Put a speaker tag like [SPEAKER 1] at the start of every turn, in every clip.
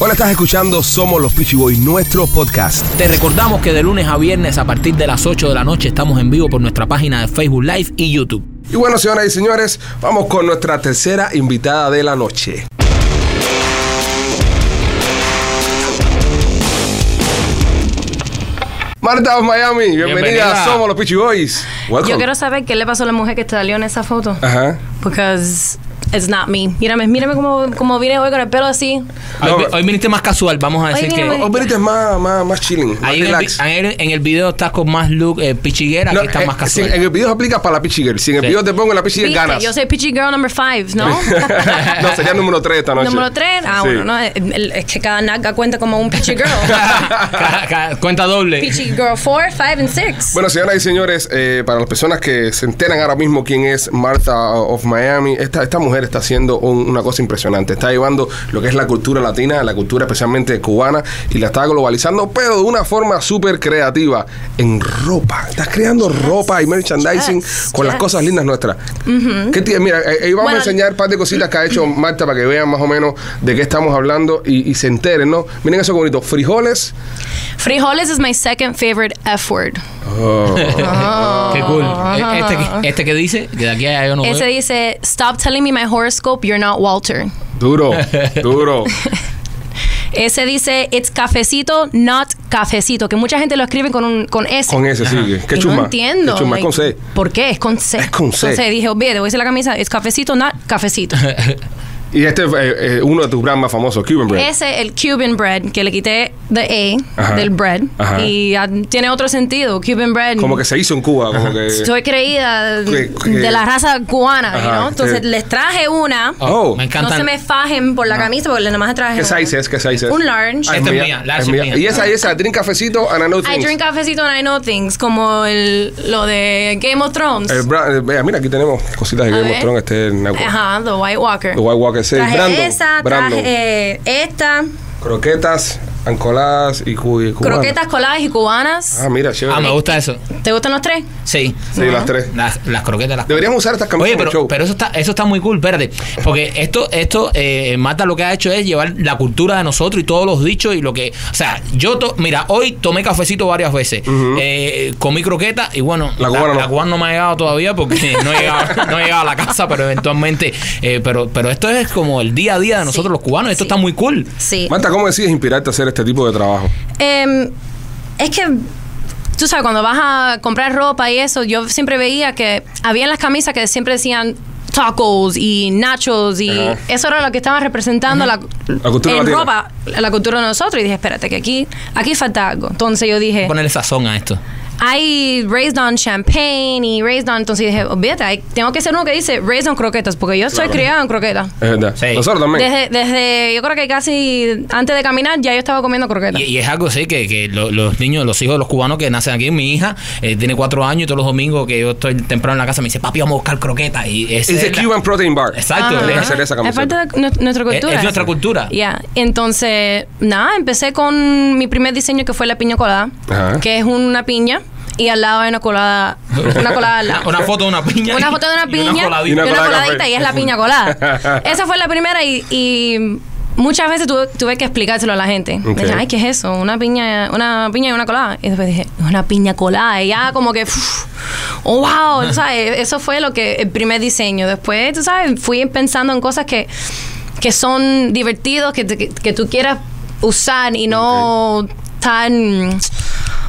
[SPEAKER 1] Hola, estás escuchando Somos los Peachy Boys, nuestro podcast.
[SPEAKER 2] Te recordamos que de lunes a viernes a partir de las 8 de la noche estamos en vivo por nuestra página de Facebook Live y YouTube.
[SPEAKER 1] Y bueno, señoras y señores, vamos con nuestra tercera invitada de la noche. Marta of Miami, bienvenida,
[SPEAKER 2] Bienvenida.
[SPEAKER 1] a Somos los Peachy Boys. Welcome.
[SPEAKER 3] Yo quiero saber qué le pasó a la mujer que salió en esa foto.
[SPEAKER 1] Ajá.
[SPEAKER 3] Because it's not me. Mírame, mírame cómo, cómo viene hoy con el pelo así.
[SPEAKER 1] No,
[SPEAKER 2] hoy,
[SPEAKER 1] pero-
[SPEAKER 2] hoy viniste más casual, vamos a
[SPEAKER 3] Hoy
[SPEAKER 2] decir que...
[SPEAKER 3] vinimos-
[SPEAKER 1] Vos viniste este más, más, más chilling, más
[SPEAKER 2] Ahí en el, vi-
[SPEAKER 1] relax.
[SPEAKER 2] ahí en el video estás con más look eh, pichiguera,
[SPEAKER 1] No,
[SPEAKER 2] aquí estás
[SPEAKER 1] eh,
[SPEAKER 2] más
[SPEAKER 1] si
[SPEAKER 2] casual.
[SPEAKER 1] en el video aplicas para la Peachy Girl. Si en el
[SPEAKER 2] Sí.
[SPEAKER 1] video te pongo en la Peachy Girl,
[SPEAKER 3] Viste,
[SPEAKER 1] ganas.
[SPEAKER 3] Yo soy Peachy Girl number five, ¿no?
[SPEAKER 1] no, sería el número 3 esta noche.
[SPEAKER 3] Número tres. Ah,
[SPEAKER 1] Sí.
[SPEAKER 3] bueno, no, el- el- es que cada naga cuenta como un Peachy Girl.
[SPEAKER 2] Ca- ca- Cuenta doble.
[SPEAKER 3] Peachy Girl four, five, and six.
[SPEAKER 1] Bueno, señoras y señores, eh, para las personas que se enteran ahora mismo quién es Martha of Miami, esta, esta mujer está haciendo un- una cosa impresionante. Está llevando lo que es la cultura latina, la cultura especialmente cubana, y la está globalizando, pero de una forma súper creativa, en ropa. Estás creando ropa y merchandising
[SPEAKER 3] yes,
[SPEAKER 1] con las
[SPEAKER 3] yes.
[SPEAKER 1] cosas lindas nuestras. ¿Qué tiene? Mira, eh, ahí vamos
[SPEAKER 3] Bueno,
[SPEAKER 1] a enseñar un par de cositas que ha hecho Marta para que vean más o menos de qué estamos hablando y, y se enteren, ¿no? Miren eso qué bonito, frijoles.
[SPEAKER 3] Frijoles is my second favorite F word.
[SPEAKER 1] Oh.
[SPEAKER 2] Qué cool. Eh, Este, que- este que dice, que de aquí a allá yo no
[SPEAKER 3] Ese
[SPEAKER 2] veo.
[SPEAKER 3] dice, stop telling me my horoscope, you're not Walter.
[SPEAKER 1] Duro, duro.
[SPEAKER 3] Ese dice, it's cafecito, not cafecito. Que mucha gente lo escribe con, un, con S.
[SPEAKER 1] Con ese, sí. Qué
[SPEAKER 3] Y
[SPEAKER 1] chuma.
[SPEAKER 3] No entiendo.
[SPEAKER 1] Qué chuma, es
[SPEAKER 3] like,
[SPEAKER 1] con C.
[SPEAKER 3] ¿Por qué? Es con C.
[SPEAKER 1] Es con C.
[SPEAKER 3] Entonces dije, olvídate, voy a hacer la camisa. Es cafecito, not cafecito.
[SPEAKER 1] Y este es eh, eh, uno de tus brands más famosos, Cuban Bread.
[SPEAKER 3] Ese, el Cuban bread, que le quité the A
[SPEAKER 1] Ajá.
[SPEAKER 3] del bread.
[SPEAKER 1] Ajá.
[SPEAKER 3] Y ah, tiene otro sentido. Cuban bread.
[SPEAKER 1] Como que se hizo en Cuba, como que...
[SPEAKER 3] Soy creída
[SPEAKER 1] Que- que-
[SPEAKER 3] de la raza cubana,
[SPEAKER 1] Ajá,
[SPEAKER 3] ¿no? Entonces
[SPEAKER 1] que-
[SPEAKER 3] les traje una.
[SPEAKER 1] Oh.
[SPEAKER 2] me
[SPEAKER 3] No
[SPEAKER 2] encantan.
[SPEAKER 3] se me fajen por la camisa porque nada más traje.
[SPEAKER 1] ¿Qué
[SPEAKER 3] una.
[SPEAKER 1] size es? ¿Qué size es?
[SPEAKER 3] Un large.
[SPEAKER 1] Ah,
[SPEAKER 2] Esta es mía, la es mía.
[SPEAKER 1] Y esa, y esa, drink cafecito and I know
[SPEAKER 3] I
[SPEAKER 1] things.
[SPEAKER 3] drink cafecito and I know things, como el, lo de Game of Thrones.
[SPEAKER 1] El bra- eh, vea, mira, aquí tenemos cositas que
[SPEAKER 3] A
[SPEAKER 1] Game of
[SPEAKER 3] ver.
[SPEAKER 1] Thrones, este es el Naco.
[SPEAKER 3] Ajá, The White Walker.
[SPEAKER 1] The White Walker, ese es
[SPEAKER 3] Traje
[SPEAKER 1] Brando,
[SPEAKER 3] esa,
[SPEAKER 1] Brando.
[SPEAKER 3] traje eh, esta,
[SPEAKER 1] Croquetas, ancoladas y cu- cubanas.
[SPEAKER 3] croquetas coladas y cubanas.
[SPEAKER 1] Ah, mira, chévere.
[SPEAKER 2] Ah, me gusta eso.
[SPEAKER 3] ¿Te gustan los tres?
[SPEAKER 2] Sí.
[SPEAKER 1] Sí, las tres.
[SPEAKER 2] Las, las croquetas, las
[SPEAKER 1] Deberíamos usar estas camisas
[SPEAKER 2] Oye,
[SPEAKER 1] en el
[SPEAKER 2] pero,
[SPEAKER 1] show.
[SPEAKER 2] pero eso está, eso está muy cool, espérate. Porque esto, esto eh, Marta lo que ha hecho es llevar la cultura de nosotros y todos los dichos y lo que. O sea, yo to- mira, hoy tomé cafecito varias veces, eh, comí croqueta y bueno,
[SPEAKER 1] La cubana no.
[SPEAKER 2] no me ha llegado todavía porque no he llegado, no he llegado a la casa, pero eventualmente, eh, pero, pero esto es como el día a día de nosotros los cubanos, esto
[SPEAKER 3] sí.
[SPEAKER 2] está muy cool.
[SPEAKER 3] Sí.
[SPEAKER 1] Marta, ¿cómo decides inspirarte a hacer este tipo de trabajo?
[SPEAKER 3] Em, es que, tú sabes, cuando vas a comprar ropa y eso, yo siempre veía que había en las camisas que siempre decían tacos y nachos y
[SPEAKER 1] Ajá.
[SPEAKER 3] eso era lo que estaba representando la,
[SPEAKER 1] La cultura
[SPEAKER 3] en
[SPEAKER 1] latina.
[SPEAKER 3] ropa la cultura de nosotros y dije espérate que aquí aquí falta algo entonces yo dije
[SPEAKER 2] Ponerle sazón a esto.
[SPEAKER 3] hay raised on champagne y raised on. Entonces dije, olvídate, hay- tengo que ser uno que dice raised on croquetas, porque yo soy
[SPEAKER 1] Claro.
[SPEAKER 3] criada en croquetas.
[SPEAKER 1] Es verdad.
[SPEAKER 2] Sí.
[SPEAKER 1] Nosotros también.
[SPEAKER 3] Desde, desde, yo creo que casi antes de caminar ya yo estaba comiendo croquetas.
[SPEAKER 2] Y, y es algo, sí, que, que lo- los niños, los hijos de los cubanos que nacen aquí, mi hija eh, tiene cuatro años y todos los domingos que yo estoy temprano en la casa me dice, papi, vamos a buscar croquetas. Y ese
[SPEAKER 1] Es el
[SPEAKER 2] es la-
[SPEAKER 1] Cuban Protein Bar.
[SPEAKER 2] Exacto,
[SPEAKER 3] Ajá.
[SPEAKER 2] es
[SPEAKER 1] Tienes que hacer esa
[SPEAKER 3] es
[SPEAKER 1] camiseta.
[SPEAKER 3] parte de nu- nuestra cultura.
[SPEAKER 2] Es- es nuestra cultura.
[SPEAKER 3] Ya, entonces, nada, empecé con mi primer diseño que fue la piña colada,
[SPEAKER 1] Ajá.
[SPEAKER 3] que es una piña y al lado hay una colada, una colada al lado.
[SPEAKER 2] una foto de una piña.
[SPEAKER 3] Una foto de una
[SPEAKER 2] y
[SPEAKER 3] piña
[SPEAKER 2] coladita.
[SPEAKER 3] y una,
[SPEAKER 1] colada de
[SPEAKER 3] coladita
[SPEAKER 1] café.
[SPEAKER 3] y es la piña colada. Esa fue la primera y, y muchas veces tuve, tuve que explicárselo a la gente. Me
[SPEAKER 1] Ok.
[SPEAKER 3] decían, ay, ¿qué es eso? Una piña, una piña y una colada. Y después dije, una piña colada. Y ya como que, uf, oh, wow, tú sabes, eso fue lo que el primer diseño. Después, tú sabes, fui pensando en cosas que, que son divertidos, que, te- que, que tú quieras usar y no tan...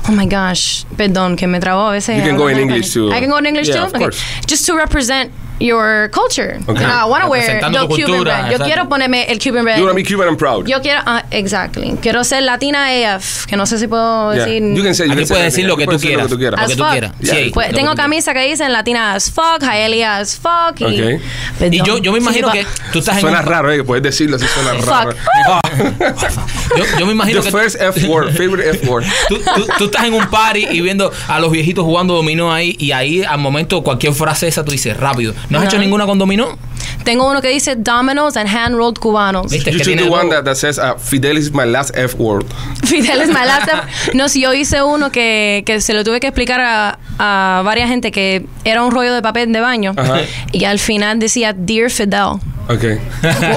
[SPEAKER 3] Oh my gosh, perdón, que me trabo a veces.
[SPEAKER 1] You can go in
[SPEAKER 3] hablando
[SPEAKER 1] English
[SPEAKER 3] español.
[SPEAKER 1] too.
[SPEAKER 3] I can go in English
[SPEAKER 1] Yeah,
[SPEAKER 3] too.
[SPEAKER 1] of
[SPEAKER 3] Okay.
[SPEAKER 1] course.
[SPEAKER 3] just to represent your culture.
[SPEAKER 1] Okay.
[SPEAKER 3] I want to wear
[SPEAKER 2] Representando
[SPEAKER 3] the
[SPEAKER 2] tu
[SPEAKER 3] Cuban
[SPEAKER 2] cultura,
[SPEAKER 3] red. Yo
[SPEAKER 2] exacto.
[SPEAKER 3] quiero ponerme el Cuban red.
[SPEAKER 1] You wanna be Cuban and proud.
[SPEAKER 3] Yo quiero, ah, exactly. Quiero ser latina AF, que no sé si puedo
[SPEAKER 1] Yeah.
[SPEAKER 3] decir.
[SPEAKER 1] You can say- you
[SPEAKER 2] Aquí
[SPEAKER 1] can say
[SPEAKER 2] puedes decir
[SPEAKER 1] anything.
[SPEAKER 2] lo que
[SPEAKER 1] Aquí
[SPEAKER 2] tú
[SPEAKER 1] puedes decir
[SPEAKER 2] quieras. Lo
[SPEAKER 3] As
[SPEAKER 2] que tú
[SPEAKER 3] fuck.
[SPEAKER 2] quieras.
[SPEAKER 1] Yeah.
[SPEAKER 2] Sí,
[SPEAKER 3] Pues,
[SPEAKER 2] lo que
[SPEAKER 3] tengo
[SPEAKER 2] tú quieras.
[SPEAKER 3] camisa que dicen latina as fuck, Jaeli as fuck. Y,
[SPEAKER 1] Ok.
[SPEAKER 3] Perdón.
[SPEAKER 2] Y yo, yo me
[SPEAKER 3] Sí,
[SPEAKER 2] imagino
[SPEAKER 3] pa-
[SPEAKER 2] que tú estás en
[SPEAKER 1] Suena
[SPEAKER 2] un-
[SPEAKER 1] raro, eh, puedes decirlo así, suena
[SPEAKER 3] Fuck.
[SPEAKER 1] raro.
[SPEAKER 2] yo, yo me imagino
[SPEAKER 1] The
[SPEAKER 2] que
[SPEAKER 1] first F word, favorite F word.
[SPEAKER 2] tú, tú- tú estás en un party y viendo a los viejitos jugando dominó ahí y ahí al momento cualquier frase esa tú dices rápido. ¿No has
[SPEAKER 3] Ajá.
[SPEAKER 2] hecho ninguna con dominó?
[SPEAKER 3] Tengo uno que dice dominoes and hand rolled cubanos.
[SPEAKER 2] ¿Viste? Es
[SPEAKER 1] You
[SPEAKER 2] que
[SPEAKER 1] should
[SPEAKER 2] tiene
[SPEAKER 1] do
[SPEAKER 2] el
[SPEAKER 1] one that,
[SPEAKER 2] logo.
[SPEAKER 1] that says uh, Fidel is my last F word.
[SPEAKER 3] Fidel es malata. No, si yo hice uno que, que se lo tuve que explicar a, a varias gente que era un rollo de papel de baño.
[SPEAKER 1] Ajá.
[SPEAKER 3] Y al final decía Dear Fidel.
[SPEAKER 1] Ok.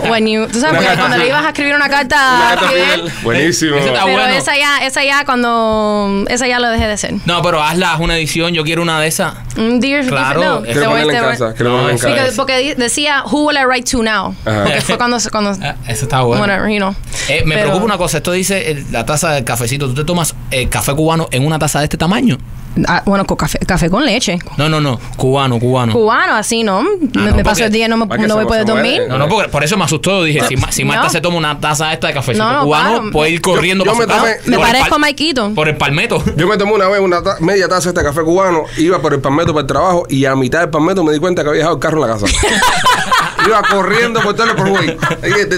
[SPEAKER 3] When you- tú
[SPEAKER 1] Una
[SPEAKER 3] sabes, porque
[SPEAKER 1] carta-
[SPEAKER 3] cuando le ibas a escribir una
[SPEAKER 1] Una
[SPEAKER 3] carta a
[SPEAKER 1] carta
[SPEAKER 3] Ah, Fidel,
[SPEAKER 1] Fidel. Buenísimo.
[SPEAKER 2] Eso está
[SPEAKER 3] pero
[SPEAKER 2] bueno.
[SPEAKER 3] esa ya, esa ya cuando, esa ya lo dejé de hacer.
[SPEAKER 2] No, pero hazla, haz una edición. Yo quiero una de esas.
[SPEAKER 3] Mm, dear-
[SPEAKER 2] Claro,
[SPEAKER 3] no,
[SPEAKER 1] Que lo
[SPEAKER 2] quiero
[SPEAKER 3] te voy-
[SPEAKER 1] pongan en
[SPEAKER 3] te voy-
[SPEAKER 1] casa. Que lo pongan en
[SPEAKER 2] Sí, que-
[SPEAKER 3] Porque,
[SPEAKER 1] casa.
[SPEAKER 3] porque di- decía, who will I write to now?
[SPEAKER 1] Ajá.
[SPEAKER 3] Porque fue cuando, cuando
[SPEAKER 2] Ah, Eso está bueno.
[SPEAKER 3] bueno, you know.
[SPEAKER 2] Eh, me
[SPEAKER 3] Pero-
[SPEAKER 2] preocupa una cosa. Esto dice eh, la taza del cafecito. ¿Tú te tomas eh, café cubano en una taza de este tamaño?
[SPEAKER 3] Ah, bueno, con café, café con leche.
[SPEAKER 2] No, no, no. Cubano, cubano.
[SPEAKER 3] Cubano, así, ¿no? me
[SPEAKER 2] Mm. Ah, no,
[SPEAKER 3] me paso
[SPEAKER 2] porque-
[SPEAKER 3] el día, no, me,
[SPEAKER 1] ¿para qué
[SPEAKER 3] no voy
[SPEAKER 1] se-
[SPEAKER 3] a poder
[SPEAKER 1] se muere?
[SPEAKER 3] dormir.
[SPEAKER 2] No, no, porque por eso me asustó. Dije, si, Ma- si Marta
[SPEAKER 3] No.
[SPEAKER 2] se toma una taza esta de cafecito
[SPEAKER 3] No, no,
[SPEAKER 2] cubano,
[SPEAKER 3] claro.
[SPEAKER 2] puede ir corriendo
[SPEAKER 1] Yo-
[SPEAKER 2] para
[SPEAKER 1] yo
[SPEAKER 2] su
[SPEAKER 1] me
[SPEAKER 2] casa.
[SPEAKER 1] tomé-
[SPEAKER 3] Me
[SPEAKER 2] Por el
[SPEAKER 3] parezco a
[SPEAKER 2] pal-
[SPEAKER 3] Maikito.
[SPEAKER 2] Por el palmeto.
[SPEAKER 1] Yo me tomé una vez una ta- media taza de este café cubano, iba por el palmeto para el trabajo y a mitad del palmeto me di cuenta que había dejado el carro en la casa. iba corriendo por todo el güey.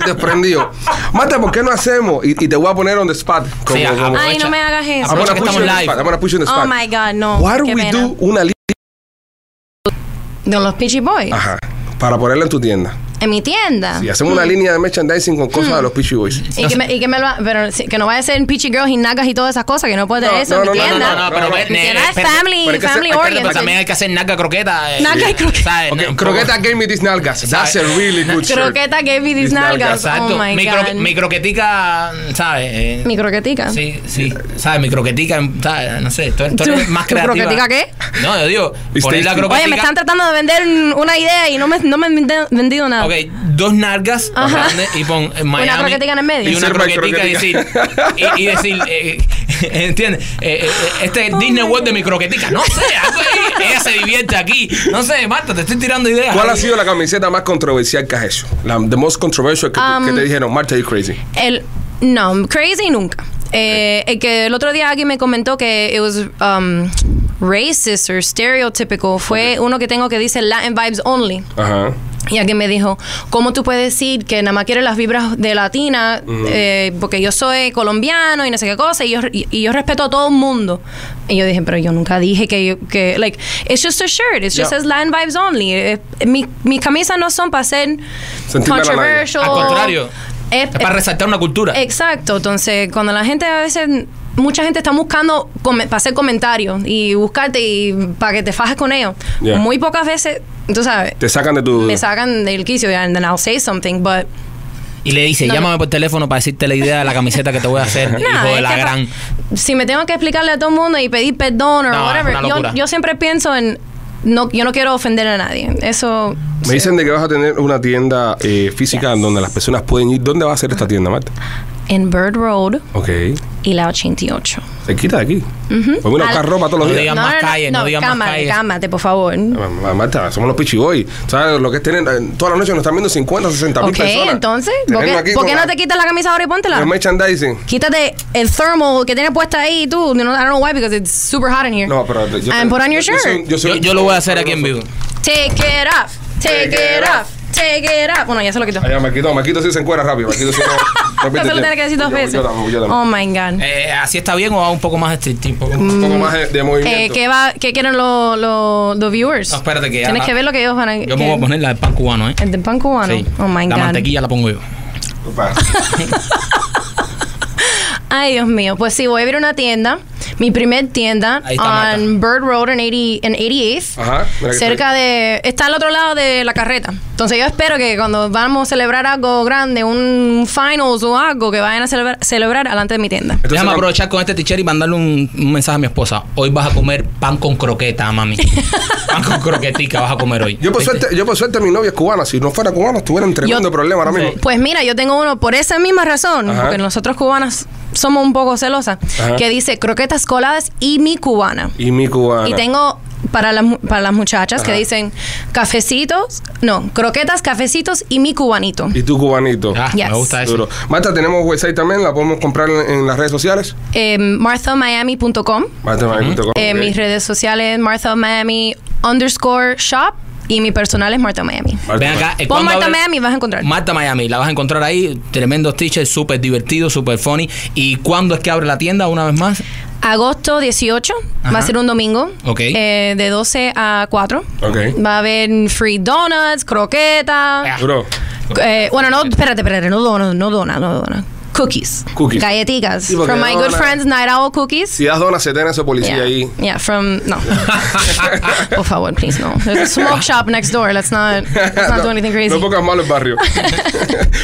[SPEAKER 1] Desprendido. Marta, ¿por qué no hacemos? Y, y te voy a poner on the spot. Como,
[SPEAKER 2] Sí,
[SPEAKER 1] como-
[SPEAKER 3] Ay, no me hagas eso.
[SPEAKER 1] I'm gonna Ah, push you
[SPEAKER 2] Aprovecha que estamos
[SPEAKER 1] on the
[SPEAKER 2] live.
[SPEAKER 1] spot, I'm gonna push you on the
[SPEAKER 3] Oh
[SPEAKER 1] spot.
[SPEAKER 3] my God, no.
[SPEAKER 1] Why do
[SPEAKER 3] qué
[SPEAKER 1] we
[SPEAKER 3] pena.
[SPEAKER 1] do una lista?
[SPEAKER 3] De los Peachy Boys.
[SPEAKER 1] Ajá. Para ponerla en tu tienda.
[SPEAKER 3] En mi tienda.
[SPEAKER 1] Y hacemos una línea de merchandising con
[SPEAKER 3] Hmm.
[SPEAKER 1] cosas de los Peachy Boys.
[SPEAKER 3] Y que, me, y que me lo ha- pero sí, que no vaya a ser en Peachy Girls y nalgas y todas esas cosas, que no puedo tener
[SPEAKER 1] No,
[SPEAKER 3] eso
[SPEAKER 1] no,
[SPEAKER 3] en mi
[SPEAKER 1] no, no,
[SPEAKER 3] tienda.
[SPEAKER 1] no, no, no, pero-
[SPEAKER 3] Mi tienda es
[SPEAKER 2] espérate,
[SPEAKER 3] family,
[SPEAKER 1] pero hay que hacer-
[SPEAKER 3] family
[SPEAKER 1] hay que hacer-
[SPEAKER 2] Pero también
[SPEAKER 3] oriented.
[SPEAKER 2] hay que hacer naca croqueta. eh,
[SPEAKER 3] Naca y
[SPEAKER 2] sí.
[SPEAKER 3] croqueta.
[SPEAKER 2] ¿Sabes?
[SPEAKER 1] Ok,
[SPEAKER 2] No, un poco-
[SPEAKER 1] croqueta gave me these nalgas. That's a really good shirt.
[SPEAKER 3] Croqueta gave me these
[SPEAKER 1] These nalgas.
[SPEAKER 3] nalgas.
[SPEAKER 2] Exacto.
[SPEAKER 3] Oh my
[SPEAKER 2] mi,
[SPEAKER 3] God.
[SPEAKER 2] croque- mi croquetica, ¿sabes? Eh,
[SPEAKER 3] Mi croquetica.
[SPEAKER 2] Sí, sí, ¿sabes? Mi croquetica, ¿sabes? No sé, tú, tú
[SPEAKER 3] ¿Tu-
[SPEAKER 2] eres más
[SPEAKER 3] tu
[SPEAKER 2] creativa.
[SPEAKER 3] croquetica qué?
[SPEAKER 2] No, yo digo,
[SPEAKER 1] It's
[SPEAKER 2] poner la
[SPEAKER 1] tasty.
[SPEAKER 2] croquetica.
[SPEAKER 3] Oye, me están tratando de vender una idea y no me, no me han vende- vendido nada.
[SPEAKER 2] Ok, dos nargas
[SPEAKER 3] Ah. Ajá.
[SPEAKER 2] grandes y pon eh, Miami.
[SPEAKER 3] croquetica en el medio.
[SPEAKER 2] Y una
[SPEAKER 1] Insert my
[SPEAKER 2] croquetica y decir, y, y decir eh, ¿entiendes? Eh, eh, este es
[SPEAKER 3] Oh
[SPEAKER 2] Disney
[SPEAKER 3] my
[SPEAKER 2] World de
[SPEAKER 3] God.
[SPEAKER 2] mi croquetica. No sé, algo ahí, ella se divierte aquí. No sé, Marta, te estoy tirando ideas.
[SPEAKER 1] ¿Cuál ha sido la camiseta más controversial que has hecho? La the most controversial que,
[SPEAKER 3] Um,
[SPEAKER 1] que te dijeron, Marta, you crazy.
[SPEAKER 3] El, no, crazy nunca. Eh, el que el otro día alguien me comentó que it was um, racist or stereotypical fue uno que tengo que dice Latin vibes only.
[SPEAKER 1] Ajá.
[SPEAKER 3] Y alguien me dijo, ¿cómo tú puedes decir que nada más quieres las vibras de latina? eh, porque yo soy colombiano y no sé qué cosa, y yo, y, y yo respeto a todo el mundo. Y yo dije, pero yo nunca dije que, yo- que like, it's just a shirt, it's just
[SPEAKER 1] Yeah.
[SPEAKER 3] says Latin vibes only. Eh, mi- mis camisas no son para ser
[SPEAKER 1] Sentirme a la
[SPEAKER 3] controversial.
[SPEAKER 2] Al contrario,
[SPEAKER 3] Es-
[SPEAKER 2] es para resaltar una cultura.
[SPEAKER 3] Eh, Exacto, entonces cuando la gente a veces, mucha gente está buscando come- para hacer comentarios y buscarte y para que te fajes con ellos.
[SPEAKER 1] Yeah.
[SPEAKER 3] Muy pocas veces, tú sabes,
[SPEAKER 1] Te sacan de tu.
[SPEAKER 3] me sacan del quicio and then I'll say something, but
[SPEAKER 2] Y le dice,
[SPEAKER 3] No,
[SPEAKER 2] llámame por teléfono para decirte la idea de la camiseta que te voy a hacer,
[SPEAKER 3] Nah,
[SPEAKER 2] hijo de
[SPEAKER 3] es
[SPEAKER 2] la
[SPEAKER 3] que
[SPEAKER 2] gran.
[SPEAKER 3] pa- si me tengo que explicarle a todo el mundo y pedir perdón o
[SPEAKER 2] No, es
[SPEAKER 3] whatever,
[SPEAKER 2] una locura.
[SPEAKER 3] yo, yo siempre pienso en no, yo no quiero ofender a nadie. Eso
[SPEAKER 1] Me dicen de que vas a tener una tienda eh, física en donde las personas pueden ir. ¿Dónde va a ser esta tienda, Marta?
[SPEAKER 3] en Bird Road
[SPEAKER 1] Ok.
[SPEAKER 3] y la 88.
[SPEAKER 1] Se quita de aquí. Pues mira, buscar
[SPEAKER 3] Al-
[SPEAKER 1] ropa todos los
[SPEAKER 2] No
[SPEAKER 1] días.
[SPEAKER 2] digan más calles, no digan más
[SPEAKER 3] cámate,
[SPEAKER 2] calles.
[SPEAKER 3] cámate, por favor.
[SPEAKER 1] Ma- ma- Marta, somos los pichiboy. ¿Sabes lo que es tener? eh, Toda la noche nos están viendo 50, 60 mil
[SPEAKER 3] Ok,
[SPEAKER 1] personas.
[SPEAKER 3] entonces, ¿por
[SPEAKER 1] Tenernos
[SPEAKER 3] qué,
[SPEAKER 1] aquí
[SPEAKER 3] por
[SPEAKER 1] con
[SPEAKER 3] qué
[SPEAKER 1] la-
[SPEAKER 3] no te quitas la camisa ahora y póntela?
[SPEAKER 1] El merchandising.
[SPEAKER 3] Quítate el thermal que tienes puesta ahí, tú. No, I don't know why, because it's super hot in here.
[SPEAKER 1] No, pero. yo-
[SPEAKER 3] And put on your
[SPEAKER 1] yo- yo soy-
[SPEAKER 3] shirt.
[SPEAKER 1] yo soy-
[SPEAKER 2] Yo, yo lo voy a hacer aquí en vivo.
[SPEAKER 3] Take it off. Take it off. Take it off. Bueno, ya se lo quitó.
[SPEAKER 1] Allá, Marquito, Marquito sí se encuentra rápido. Marquito sí no. no
[SPEAKER 3] Ya
[SPEAKER 1] pierde
[SPEAKER 3] se lo tiene
[SPEAKER 1] tiempo.
[SPEAKER 3] que decir dos
[SPEAKER 1] Yo-
[SPEAKER 3] veces.
[SPEAKER 1] Yo tampoco, yo tampoco.
[SPEAKER 3] Oh my God.
[SPEAKER 2] Eh, ¿Así está bien o va un poco más este estricto? Un poco-
[SPEAKER 1] Un poco más de, de
[SPEAKER 3] Eh,
[SPEAKER 1] movimiento.
[SPEAKER 3] ¿qué, va, ¿Qué quieren los los los viewers?
[SPEAKER 2] No, espérate que ya
[SPEAKER 3] Tienes
[SPEAKER 2] la-
[SPEAKER 3] que ver lo que ellos van a.
[SPEAKER 2] Yo me voy a poner la del pan cubano, ¿eh?
[SPEAKER 3] El del pan cubano.
[SPEAKER 2] Sí.
[SPEAKER 3] Oh my
[SPEAKER 2] la
[SPEAKER 3] God.
[SPEAKER 2] mantequilla la pongo yo.
[SPEAKER 1] Pa.
[SPEAKER 3] Ay, Dios mío. Pues sí, voy a abrir una tienda. Mi primer tienda.
[SPEAKER 2] Ahí está,
[SPEAKER 3] on Bird Road en 80, en 88th.
[SPEAKER 1] Ajá. mira que
[SPEAKER 3] cerca de está al otro lado de la carreta entonces yo espero que cuando vamos a celebrar algo grande un finals o algo que vayan a celebrar, celebrar alante de mi tienda
[SPEAKER 1] Entonces,
[SPEAKER 2] Déjame
[SPEAKER 1] mam-
[SPEAKER 2] aprovechar con este teacher y mandarle un, un mensaje a mi esposa. Hoy vas a comer pan con croqueta, mami. pan con croquetica vas a comer hoy.
[SPEAKER 1] Yo por,
[SPEAKER 2] ¿Viste?
[SPEAKER 1] suerte, yo por suerte mi novia es cubana. Si no fuera cubana, estuviera en tremendo
[SPEAKER 3] Yo-
[SPEAKER 1] problema ahora mismo.
[SPEAKER 3] pues mira yo tengo uno por esa misma razón
[SPEAKER 1] Ajá.
[SPEAKER 3] porque nosotros cubanas somos un poco celosas
[SPEAKER 1] Ajá.
[SPEAKER 3] que dice croquetas coladas y mi cubana
[SPEAKER 1] Y mi cubana.
[SPEAKER 3] y tengo para las, mu- para las muchachas que
[SPEAKER 1] Ajá.
[SPEAKER 3] dicen cafecitos no croquetas cafecitos y mi cubanito
[SPEAKER 1] Y tú cubanito.
[SPEAKER 2] Ah,
[SPEAKER 3] Yes.
[SPEAKER 2] Me gusta eso.
[SPEAKER 1] Duro. Marta, tenemos website también. La podemos comprar en, en las redes sociales.
[SPEAKER 3] Eh, marthamiami.com
[SPEAKER 1] Marta, Miami.com,
[SPEAKER 3] Eh,
[SPEAKER 1] ok.
[SPEAKER 3] Mis redes sociales, Martha Miami underscore shop. Y mi personal es Martha Miami.
[SPEAKER 1] Marta,
[SPEAKER 2] Ven acá. eh,
[SPEAKER 3] Pon
[SPEAKER 2] ¿cuándo
[SPEAKER 3] Martha
[SPEAKER 2] abre-
[SPEAKER 3] Miami y vas a encontrar.
[SPEAKER 2] Marta Miami, la vas a encontrar ahí. Tremendos teachers, súper divertido, súper funny. ¿Y cuándo es que abre la tienda una vez más?
[SPEAKER 3] Agosto 18
[SPEAKER 2] Ajá.
[SPEAKER 3] va a ser un domingo.
[SPEAKER 2] Ok.
[SPEAKER 3] eh, de 12 a 4.
[SPEAKER 1] Ok.
[SPEAKER 3] Va a haber free donuts, croquetas.
[SPEAKER 2] Ah.
[SPEAKER 1] Duro.
[SPEAKER 3] eh, bueno, no, espérate, espérate. No dona, no dona, no dona. cookies.
[SPEAKER 1] Cookies.
[SPEAKER 3] Galletitas.
[SPEAKER 1] Sí, porque
[SPEAKER 3] from my
[SPEAKER 1] no
[SPEAKER 3] good
[SPEAKER 1] van a-
[SPEAKER 3] friends, Night Owl Cookies.
[SPEAKER 1] Si das donas, se tiene ese policía ahí.
[SPEAKER 3] yeah, from no. Por favor, please no. There's a smoke shop next door. Let's not let's not do anything crazy.
[SPEAKER 1] No pocas malo el barrio.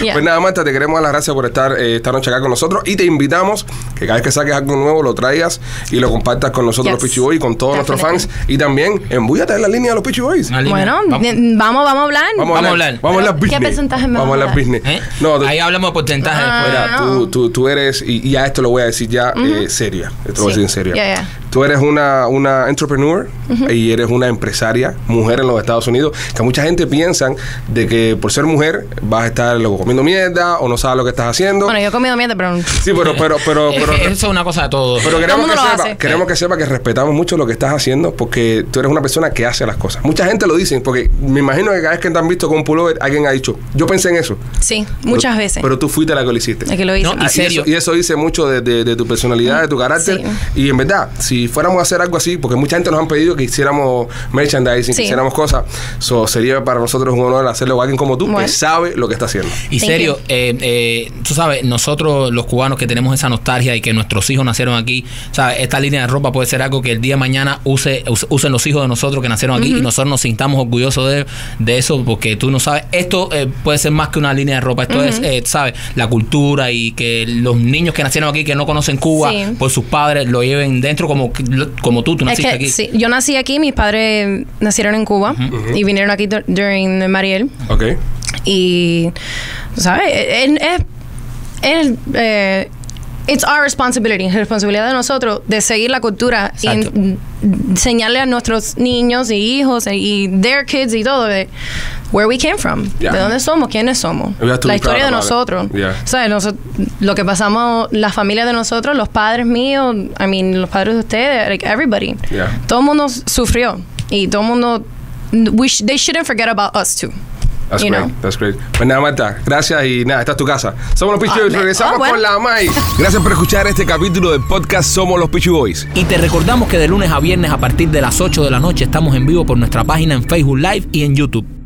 [SPEAKER 3] Yeah.
[SPEAKER 1] Pues nada, Marta, te queremos dar las gracias por estar eh, esta noche acá con nosotros y te invitamos que cada vez que saques algo nuevo lo traigas y lo compartas con nosotros los
[SPEAKER 3] Yes.
[SPEAKER 1] Pichi Boys y con todos nuestros fans.
[SPEAKER 3] Definitely.
[SPEAKER 1] Y también embúllate en la línea de los Pichi Boys.
[SPEAKER 2] Una línea.
[SPEAKER 3] bueno,
[SPEAKER 2] Vamos.
[SPEAKER 3] bien, vamos, vamos a hablar.
[SPEAKER 2] Vamos a hablar.
[SPEAKER 1] Vamos a hablar
[SPEAKER 3] ¿Qué
[SPEAKER 1] business.
[SPEAKER 3] porcentaje me
[SPEAKER 1] Vamos a
[SPEAKER 3] vas a
[SPEAKER 1] hablar
[SPEAKER 3] dar?
[SPEAKER 1] business.
[SPEAKER 2] ¿Eh?
[SPEAKER 1] No, tú-
[SPEAKER 2] Ahí hablamos de porcentaje
[SPEAKER 3] Ah.
[SPEAKER 2] después.
[SPEAKER 1] mira, tú, tú, tú eres, y y ya esto lo voy a decir ya eh, seria. Esto lo voy a
[SPEAKER 3] Sí.
[SPEAKER 1] decir en serio.
[SPEAKER 3] Ya, ya.
[SPEAKER 1] Tú eres una, una entrepreneur y eres una empresaria, mujer en los Estados Unidos, que mucha gente piensa de que por ser mujer vas a estar luego comiendo mierda o no sabes lo que estás haciendo.
[SPEAKER 3] Bueno, yo he comido mierda, pero
[SPEAKER 1] Sí, pero, pero, pero, pero,
[SPEAKER 2] Eh, Eso es una cosa de todos.
[SPEAKER 1] pero queremos,
[SPEAKER 3] mundo
[SPEAKER 1] que
[SPEAKER 3] lo
[SPEAKER 1] sepa,
[SPEAKER 3] hace.
[SPEAKER 1] queremos que sepa que respetamos mucho lo que estás haciendo porque tú eres una persona que hace las cosas. Mucha gente lo dice porque me imagino que cada vez que te han visto con un pullover, alguien ha dicho, yo pensé en eso.
[SPEAKER 3] sí, muchas
[SPEAKER 1] Pero-
[SPEAKER 3] veces.
[SPEAKER 1] Pero tú fuiste la que lo hiciste.
[SPEAKER 3] Es que lo hice.
[SPEAKER 2] No,
[SPEAKER 1] Ah,
[SPEAKER 2] y
[SPEAKER 1] y,
[SPEAKER 2] serio.
[SPEAKER 1] eso, y eso dice mucho de, de- de tu personalidad, de tu carácter.
[SPEAKER 3] Sí.
[SPEAKER 1] Y en verdad, si fuéramos a hacer algo así, porque mucha gente nos han pedido que hiciéramos merchandising, que
[SPEAKER 3] Sí.
[SPEAKER 1] hiciéramos cosas, so, sería para nosotros un honor hacerlo a alguien como tú que
[SPEAKER 3] Bueno.
[SPEAKER 1] sabe lo que está haciendo.
[SPEAKER 2] Y
[SPEAKER 3] Thank
[SPEAKER 2] serio,
[SPEAKER 3] you.
[SPEAKER 2] eh, eh, tú sabes, nosotros los cubanos que tenemos esa nostalgia y que nuestros hijos nacieron aquí, ¿sabes? Esta línea de ropa puede ser algo que el día de mañana use, us- usen los hijos de nosotros que nacieron aquí y nosotros nos sintamos orgullosos de, de eso porque tú no sabes, esto eh, puede ser más que una línea de ropa, esto es, eh, ¿sabes? La cultura y que los niños que nacieron aquí que no conocen Cuba
[SPEAKER 3] Sí.
[SPEAKER 2] por sus padres lo lleven dentro como, como tú, tú
[SPEAKER 3] Es
[SPEAKER 2] naciste
[SPEAKER 3] que
[SPEAKER 2] aquí.
[SPEAKER 3] sí, yo nací aquí, mis padres nacieron en Cuba y vinieron aquí dur- during Mariel.
[SPEAKER 1] ¿Ok?
[SPEAKER 3] Y, ¿sabes? Es, es- es, eh, it's our responsibility, es responsabilidad de nosotros de seguir la cultura y
[SPEAKER 2] Exacto.
[SPEAKER 3] en- enseñarle a nuestros niños y hijos y their kids y todo de where we came from,
[SPEAKER 1] Yeah.
[SPEAKER 3] de dónde somos, quiénes somos,
[SPEAKER 1] We have to
[SPEAKER 3] la
[SPEAKER 1] be
[SPEAKER 3] historia de
[SPEAKER 1] proud about it.
[SPEAKER 3] nosotros.
[SPEAKER 1] Yeah.
[SPEAKER 3] ¿Sabes? Noso- lo que pasamos, las familias de nosotros, los padres míos, I mean, los padres de ustedes, like everybody.
[SPEAKER 1] Yeah.
[SPEAKER 3] Todo el mundo sufrió y todo el mundo, we sh- they shouldn't forget about us too.
[SPEAKER 1] That's
[SPEAKER 3] You
[SPEAKER 1] great,
[SPEAKER 3] know.
[SPEAKER 1] that's great. Pues nada, Marta, gracias y nada, esta es tu casa. Somos los Pichu
[SPEAKER 3] Ah,
[SPEAKER 1] Boys,
[SPEAKER 3] me-
[SPEAKER 1] regresamos
[SPEAKER 3] ah, bueno.
[SPEAKER 1] con la May. Gracias por escuchar este capítulo del podcast Somos los Pichu Boys.
[SPEAKER 2] Y te recordamos que de lunes a viernes a partir de las 8 de la noche estamos en vivo por nuestra página en Facebook Live y en YouTube.